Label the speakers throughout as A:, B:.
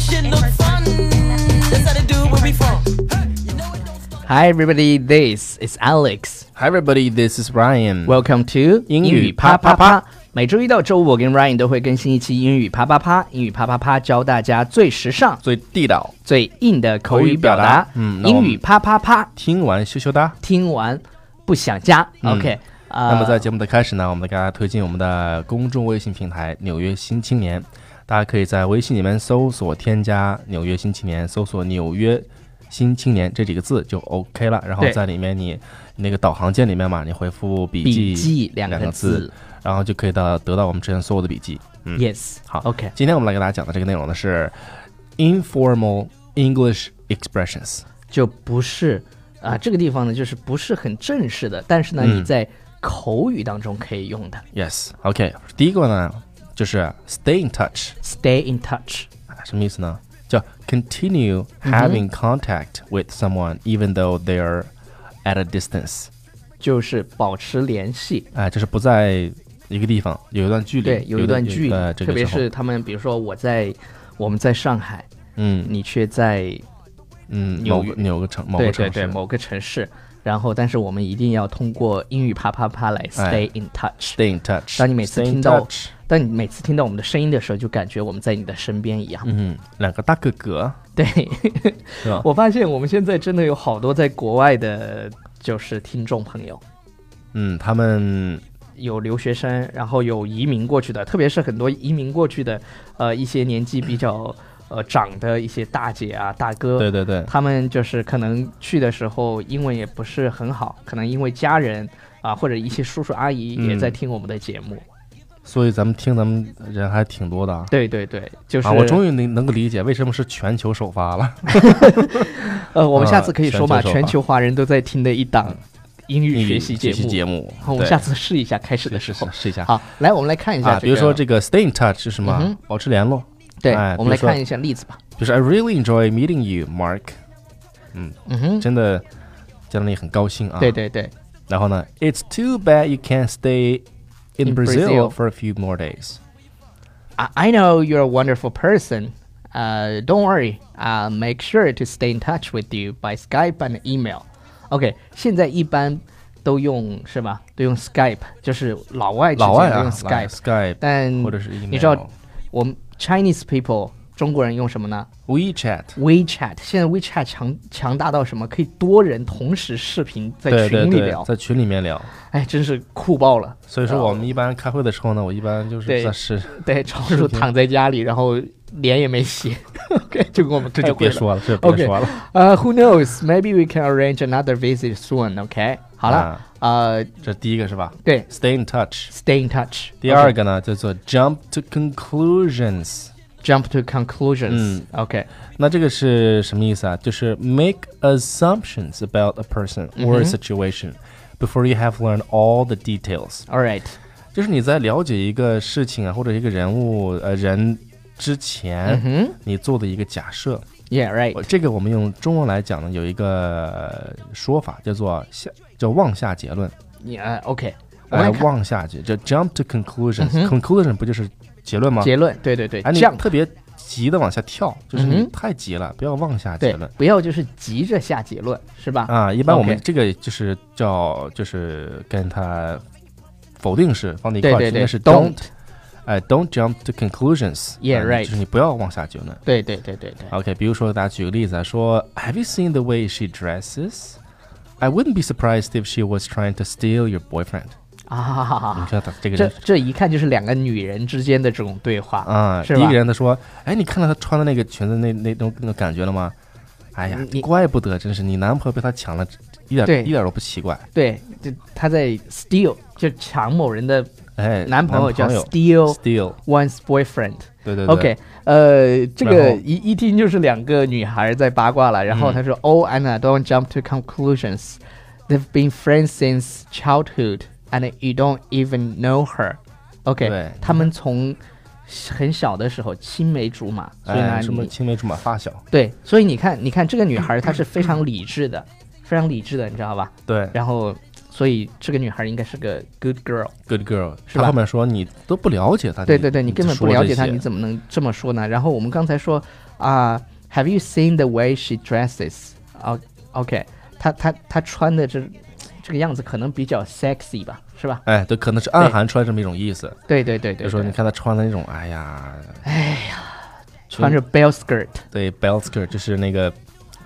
A: shit look fun. That's how they do where we from. You know it don't start.
B: Hi, everybody. This is Alex.
C: Hi, everybody. This is Ryan.
B: Welcome to
C: 英语啪啪啪。
B: 每周一到周五，我跟 Ryan 都会更新一期英语啪啪啪。英语啪啪啪教大家最时尚、
C: 最地道，
B: 最硬的口语表达。
C: 口语表达嗯那我
B: 英
C: 们
B: 语啪啪啪，
C: 听完羞羞哒。
B: 听完不想加。OK，啊、
C: 嗯那么在节目的开始呢，我们给大家推荐我们的公众微信平台《纽约新青年》，大家可以在微信里面搜索添加“纽约新青年”，搜索“纽约新青年”这几个字就 OK 了。然后
B: 对
C: 在里面你那个导航键里面嘛，你回复笔
B: 笔
C: 记
B: 记两
C: 两
B: 个
C: 字，
B: 字。
C: 然后就可以到得到我们之前所有的笔记。嗯
B: Yes，
C: 好
B: OK，
C: 今天我们来给大家讲的这个内容呢是 informal English expressions。
B: 就不是啊、这个地方呢，就是不是很正式的，但是呢，
C: 嗯
B: 你在口语当中可以用的。
C: Yes，OK，、第一个呢就是 stay in touch，
B: Stay in touch，
C: 啊什么意思呢？叫 continue
B: 嗯
C: having contact with someone even though they are at a distance，
B: 就是保持联系。
C: 哎、就是不在一个地方，有一段距离，
B: 对，有一段距离，
C: 呃这
B: 特
C: 个
B: 别
C: 时候
B: 是他们，比如说我在我们在上海，
C: 嗯
B: 你却在
C: 嗯
B: 纽
C: 某
B: 约
C: 个某个城某
B: 对
C: 个城
B: 对
C: 市
B: 对某个城市，然后但是我们一定要通过英语啪啪啪来
C: 哎
B: stay in touch。
C: stay in touch，
B: 当你每次
C: stay in
B: 听到
C: touch，
B: 当你每次听到我们的声音的时候，就感觉我们在你的身边一样。
C: 嗯，两个大哥哥，
B: 对，
C: 是吧？
B: 我发现我们现在真的有好多在国外的，就是听众朋友，
C: 嗯，他们
B: 有留学生，然后有移民过去的，特别是很多移民过去的，呃，一些年纪比较呃长的一些大姐啊、大哥，
C: 对对对，
B: 他们就是可能去的时候英文也不是很好，可能因为家人啊、或者一些叔叔阿姨也在听我们的节目。
C: 嗯所以咱们听咱们人还挺多的啊。
B: 对对对，就是、
C: 啊，我终于能能够理解为什么是全球首发了。
B: 呃，我们
C: 啊
B: 下次可以说嘛，
C: 全球首发
B: 全球华人都在听的一档英语学习节目。
C: 嗯节目
B: 好，我们下次试一下开始的时候。
C: 试一下。
B: 好，来我们来看一下、
C: 啊，比如说这个 stay in touch 是什
B: 嗯
C: 么？保持联络。
B: 对，
C: 哎
B: 我们来
C: 比如说
B: 看一下例子吧。
C: 就是 I really enjoy meeting you, Mark。
B: 嗯哼，
C: 真的啊见到你很高兴啊。
B: 对。对对，
C: 然后呢，It's too bad you can't stay in
B: In Brazil
C: Brazil for a few more days。
B: I I know you're a wonderful person. Uh, don't worry. Uh, make sure to stay in touch with you by Skype and email. OK，现在一般都用是吧？都用 Skype，就是老外之间
C: 老外
B: 都用
C: 啊
B: Skype，、
C: Skype，
B: 但
C: 或者是 email。
B: 你知道我们 Chinese people 中国人用什么呢
C: WeChat？
B: ？WeChat。现在 WeChat 强强大到什么？可以多人同时视频在
C: 对
B: 群
C: 对
B: 里
C: 对
B: 聊，，
C: 在群里面聊。
B: 哎，真是酷爆了。
C: 所以
B: 然
C: 说
B: 后
C: 我们一般开会的时候呢，我一般就是
B: 对
C: 在是，
B: 对，超叔躺在家里，然后脸也没 洗，OK，就跟我们这
C: 这
B: 就
C: 就别说了，这就
B: OK
C: 别说了。
B: 呃、w h o knows? Maybe we can arrange another visit soon. OK，好了，
C: 啊
B: 呃，
C: 这是第一个是吧
B: 对
C: ？Stay in touch。
B: ，stay in touch。
C: 第二个呢，叫做 jump to conclusions。
B: j u m p to conclusions
C: 嗯。
B: OK，
C: 那这个是什么意思啊？就是 make assumptions about a person or a situation、before you have learned all the details。
B: all right，
C: 就是你在了解一个事情啊或者一个人物呃人之
B: 嗯
C: 前、你做的一个假设。
B: yeah
C: 哎我
B: right，
C: 这个我们用中文来讲呢，有一个呃说法叫做下叫妄下结论，
B: yeah OK，我们
C: 哎
B: 来，看
C: 妄下结叫 jump to conclusions、conclusion 不就是结论吗？
B: 结论，对对对
C: 哎，你
B: ，jump，
C: 特别急的往下跳，就是你
B: 嗯哼
C: 太急了，不要妄下结
B: 对
C: 论，
B: 不要就是急着下结论，是吧？
C: 啊。一般我们
B: OK
C: 这个就是叫就是跟它否定式放在一块
B: 对
C: 儿，
B: 对
C: 应该
B: 对
C: 是
B: don't
C: don't，哎，don't jump to conclusions。
B: Yeah,
C: 嗯
B: right
C: 就是你不要妄下结论。
B: 对对对对对
C: OK，比如说，大家举个例子啊，说，Have you seen the way she dresses? I wouldn't be surprised if she was trying to steal your boyfriend。你
B: 啊，
C: 知道这个
B: 这
C: 人
B: 这一看就是两个女人之间的这种对话
C: 啊，第
B: 是
C: 一
B: 吧
C: 个？人他说，哎，你看到她穿的那个裙子那那种那种感觉了吗？哎呀
B: 你，
C: 怪不得，真是你男朋友被她抢了，一点
B: 对
C: 一点都不奇怪。
B: 对，就他在 steal，就抢某人的
C: 哎，
B: 男
C: 男
B: 朋友叫 steal
C: steal steal，
B: one's boyfriend。
C: 对对对
B: OK，呃，这
C: 然
B: 个
C: 后
B: 一一听就是两个女孩在八卦了。然后
C: 嗯
B: 她说、o h Anna, don't jump to conclusions. They've been friends since childhood, and you don't even know her.” OK，
C: 对
B: 他们从很小的时候青梅竹马，所以呢，
C: 哎，什么
B: 你
C: 青梅竹马发小，
B: 对，所以你看，你看这个女孩她是非常理智的，非常理智的，你知道吧？
C: 对，
B: 然后，所以这个女孩应该是个 good girl。
C: Good girl，
B: 是
C: 他
B: 吧
C: 后面说你都不了解他，
B: 对对对，你
C: 你
B: 根本不
C: 说
B: 了
C: 这
B: 解她，
C: 些
B: 你怎么能这么说呢？然后我们刚才说啊、h a v e you seen the way she dresses？o OK，她她她穿的这这个样子可能比较 sexy 吧，是吧？
C: 哎，对，可能是暗含出来这么一种意思，
B: 对对对
C: 就
B: 对
C: 说你
B: 对，
C: 看他穿的那种，哎呀，
B: 穿着 bell skirt。
C: 对 bell skirt 就是那个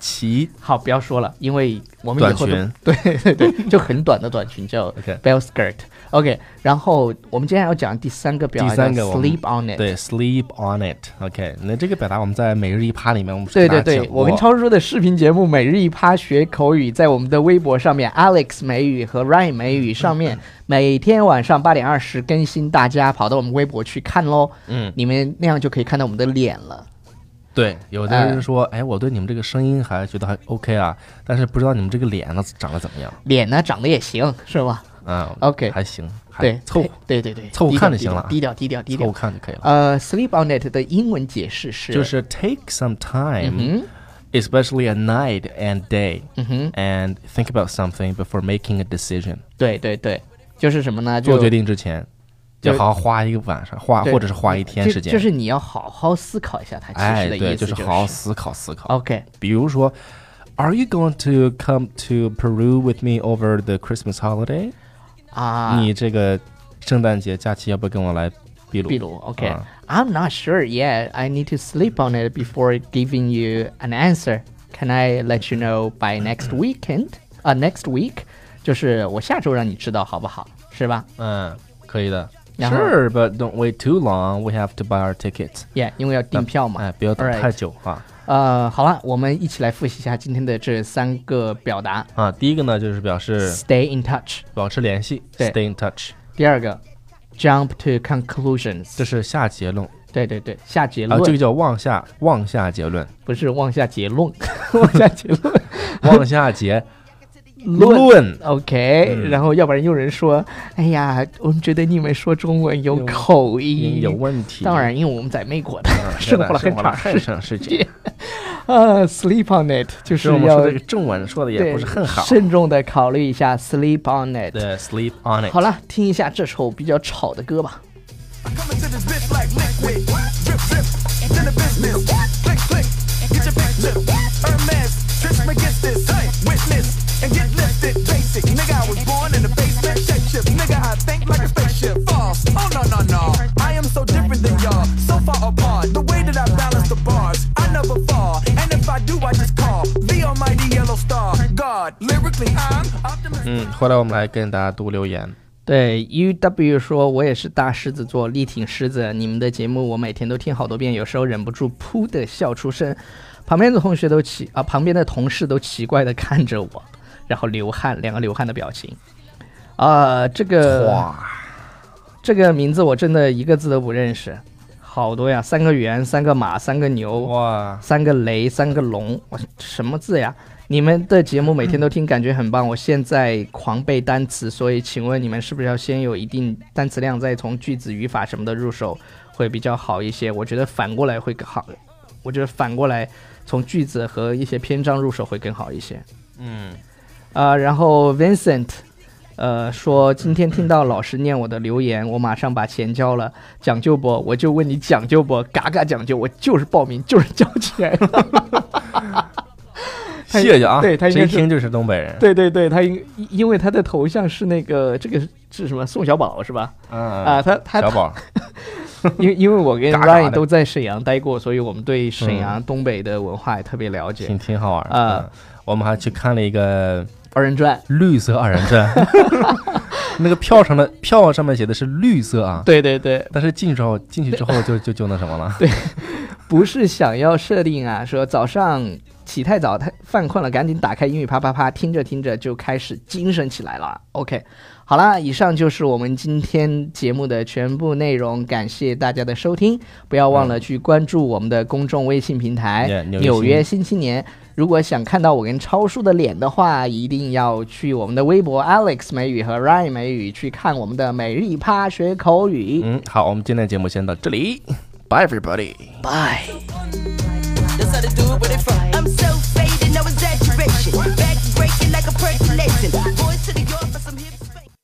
C: 旗
B: 好，不要说了，因为我们以
C: 短
B: 后都
C: 裙
B: 对对对，就很短的短裙叫
C: OK
B: bell skirt。OK，然后我们接下来要讲第三个表达
C: 第三
B: 叫
C: 个我们
B: sleep on it。
C: 对，sleep on it。OK，那这个表达我们在每日一趴里面我们是
B: 对对
C: 给大家
B: 对，
C: 讲
B: 我跟
C: 过
B: 超叔的视频节目每日一趴学口语，在我们的微博上 面，Alex 美语和 Ryan 美语上面，每天晚上八点二十更新，大家跑到我们微博去看喽。
C: 嗯，
B: 你们那样就可以看到我们的脸了。
C: 对，有的人说，
B: 嗯
C: 哎，我对你们这个声音还觉得还 OK 啊，但是不知道你们这个脸呢长得怎么样
B: 脸呢长得也行，是吧？
C: 啊
B: OK
C: 还行，还
B: 对，
C: 凑合
B: 配，对对对，
C: 凑合
B: 低调
C: 看就行了
B: 低调低调低
C: 凑合
B: 调。
C: 看就可以了。
B: 呃，sleep on it 的英文解释是，嗯
C: 就是嗯 take some time, especially at night and day, and think about something before making a decision.
B: 对对对，就是什么呢？就
C: 做决定之前，
B: 就
C: 要好好花一个晚上，花
B: 对
C: 或者是花一天
B: 就
C: 时间，
B: 就是你要好好思考一下它其
C: 哎
B: 实的，意思、
C: 对，
B: 就是
C: 好好思考思考。
B: OK，
C: 比如说，Are you going to come to Peru with me over the Christmas holiday？、
B: 啊，
C: 你这个圣诞节假期要不要跟我来秘鲁？
B: 秘鲁，OK、
C: 啊
B: I'm not sure yet. I need to sleep on it before giving you an answer. Can I let you know by next weekend? 啊、n e x t week，就是我下周让你知道好不好？是吧
C: 嗯，可以的。
B: 然后
C: Sure, but don't wait too long. We have to buy our ticket.
B: ？Yeah，因为要订票嘛。
C: 哎，不要等
B: Alright
C: 太久啊
B: 呃，好了，我们一起来复习一下今天的这三个表达
C: 啊！第一个呢，就是表示
B: ：stay in touch。
C: 保持联系
B: 对
C: ，stay in touch，
B: 第二个，jump to conclusions。
C: 这是下结论
B: 对对对，下结
C: 啊
B: 论，，
C: 这个叫妄下妄下结论，
B: 不是妄下结论， 妄下结 论。
C: 妄下结
B: 论
C: 论
B: OK，、然
C: 嗯
B: 后要不然有人说，哎呀，我们觉得你们说中文有口音，
C: 有问题。
B: 当然，因为我们在美国的、
C: 嗯，
B: 生活了很
C: 生活了
B: 长
C: 很
B: 时 间。
C: 长时间。
B: 呃、s l e e p on it 就
C: 其实
B: 是
C: 我们
B: 要
C: 说这个中文说的也不是很好。
B: 慎重的考虑一下 sleep on it。
C: 对，sleep on it。
B: 好了，听一下这首比较吵的歌吧。
A: Coming to this bitch like liquid. Drip, drip. Into the business. Click, click. Get your big lip. Hermes. Trips me against this. Hey, witness. And get lifted. Basic. Nigga, I was born in the basement. Shape shift. Nigga, I think like a spaceship. False. Oh, no, no, no. I am so different than y'all. So far apart. The way that I balance the bars. I never fall. And if I do, I just call. The almighty yellow star. God. Lyrically, I'm optimistic.
C: 嗯，后来我们来跟大家读留言。
B: 对，UW 说，我也是大狮子座，力挺狮子。你们的节目我每天都听好多遍，有时候忍不住噗的笑出声。旁边的同学都奇啊，旁边的同事都奇怪的看着我，然后流汗，两个流汗的表情。啊、这个
C: 哇，
B: 这个名字我真的一个字都不认识，好多呀，三个圆，三个马，三个
C: 哦
B: 牛，
C: 哇，
B: 三个雷，三个龙，我什么字呀？你们的节目每天都听，感觉很棒。我现在狂背单词，所以请问你们是不是要先有一定单词量，再从句子、语法什么的入手，会比较好一些？我觉得反过来会更好，我觉得反过来从句子和一些篇章入手会更好一些。
C: 嗯，
B: 啊、然后 Vincent，呃，说今天听到老师念我的留言，我马上把钱交了。讲究不？我就问你讲究不？嘎嘎讲究，我就是报名，就是交钱。 他
C: 谢谢啊。
B: 对他应
C: 这
B: 该
C: 一
B: 是
C: 听就是东北人。
B: 对对对，他因因为他的头像是那个这个是什么宋小宝是吧？
C: 嗯
B: 啊，他他
C: 小宝，
B: 因为因为我跟
C: 嘎嘎的
B: Ryan 都在沈阳待过，所以我们对沈阳东北的文化也特别了解。
C: 挺挺好玩儿
B: 啊。
C: 嗯我们还去看了一个
B: 二人转，
C: 绿色二人转， 那个票上的票上面写的是绿色啊，
B: 对对对，
C: 但是进去之后进去之后就就就那什么了。
B: 不是想要设定啊，说早上起太早，太犯困了，赶紧打开英语啪啪啪，听着听着就开始精神起来了。OK，好啦，以上就是我们今天节目的全部内容，感谢大家的收听，不要忘了去关注我们的公众微信平台
C: 嗯 Yeah，
B: 《
C: 纽约
B: 纽约新青年》。如果想看到我跟超叔的脸的话，一定要去我们的微博 Alex 美语和 Ryan 美语去看我们的每日一趴学口语。
C: 嗯，好，我们今天的节目先到这里，Bye everybody。
B: 拜。
A: That's how they do it where they from.
D: I'm so faded, no exaggeration. Back breaking like a percolation.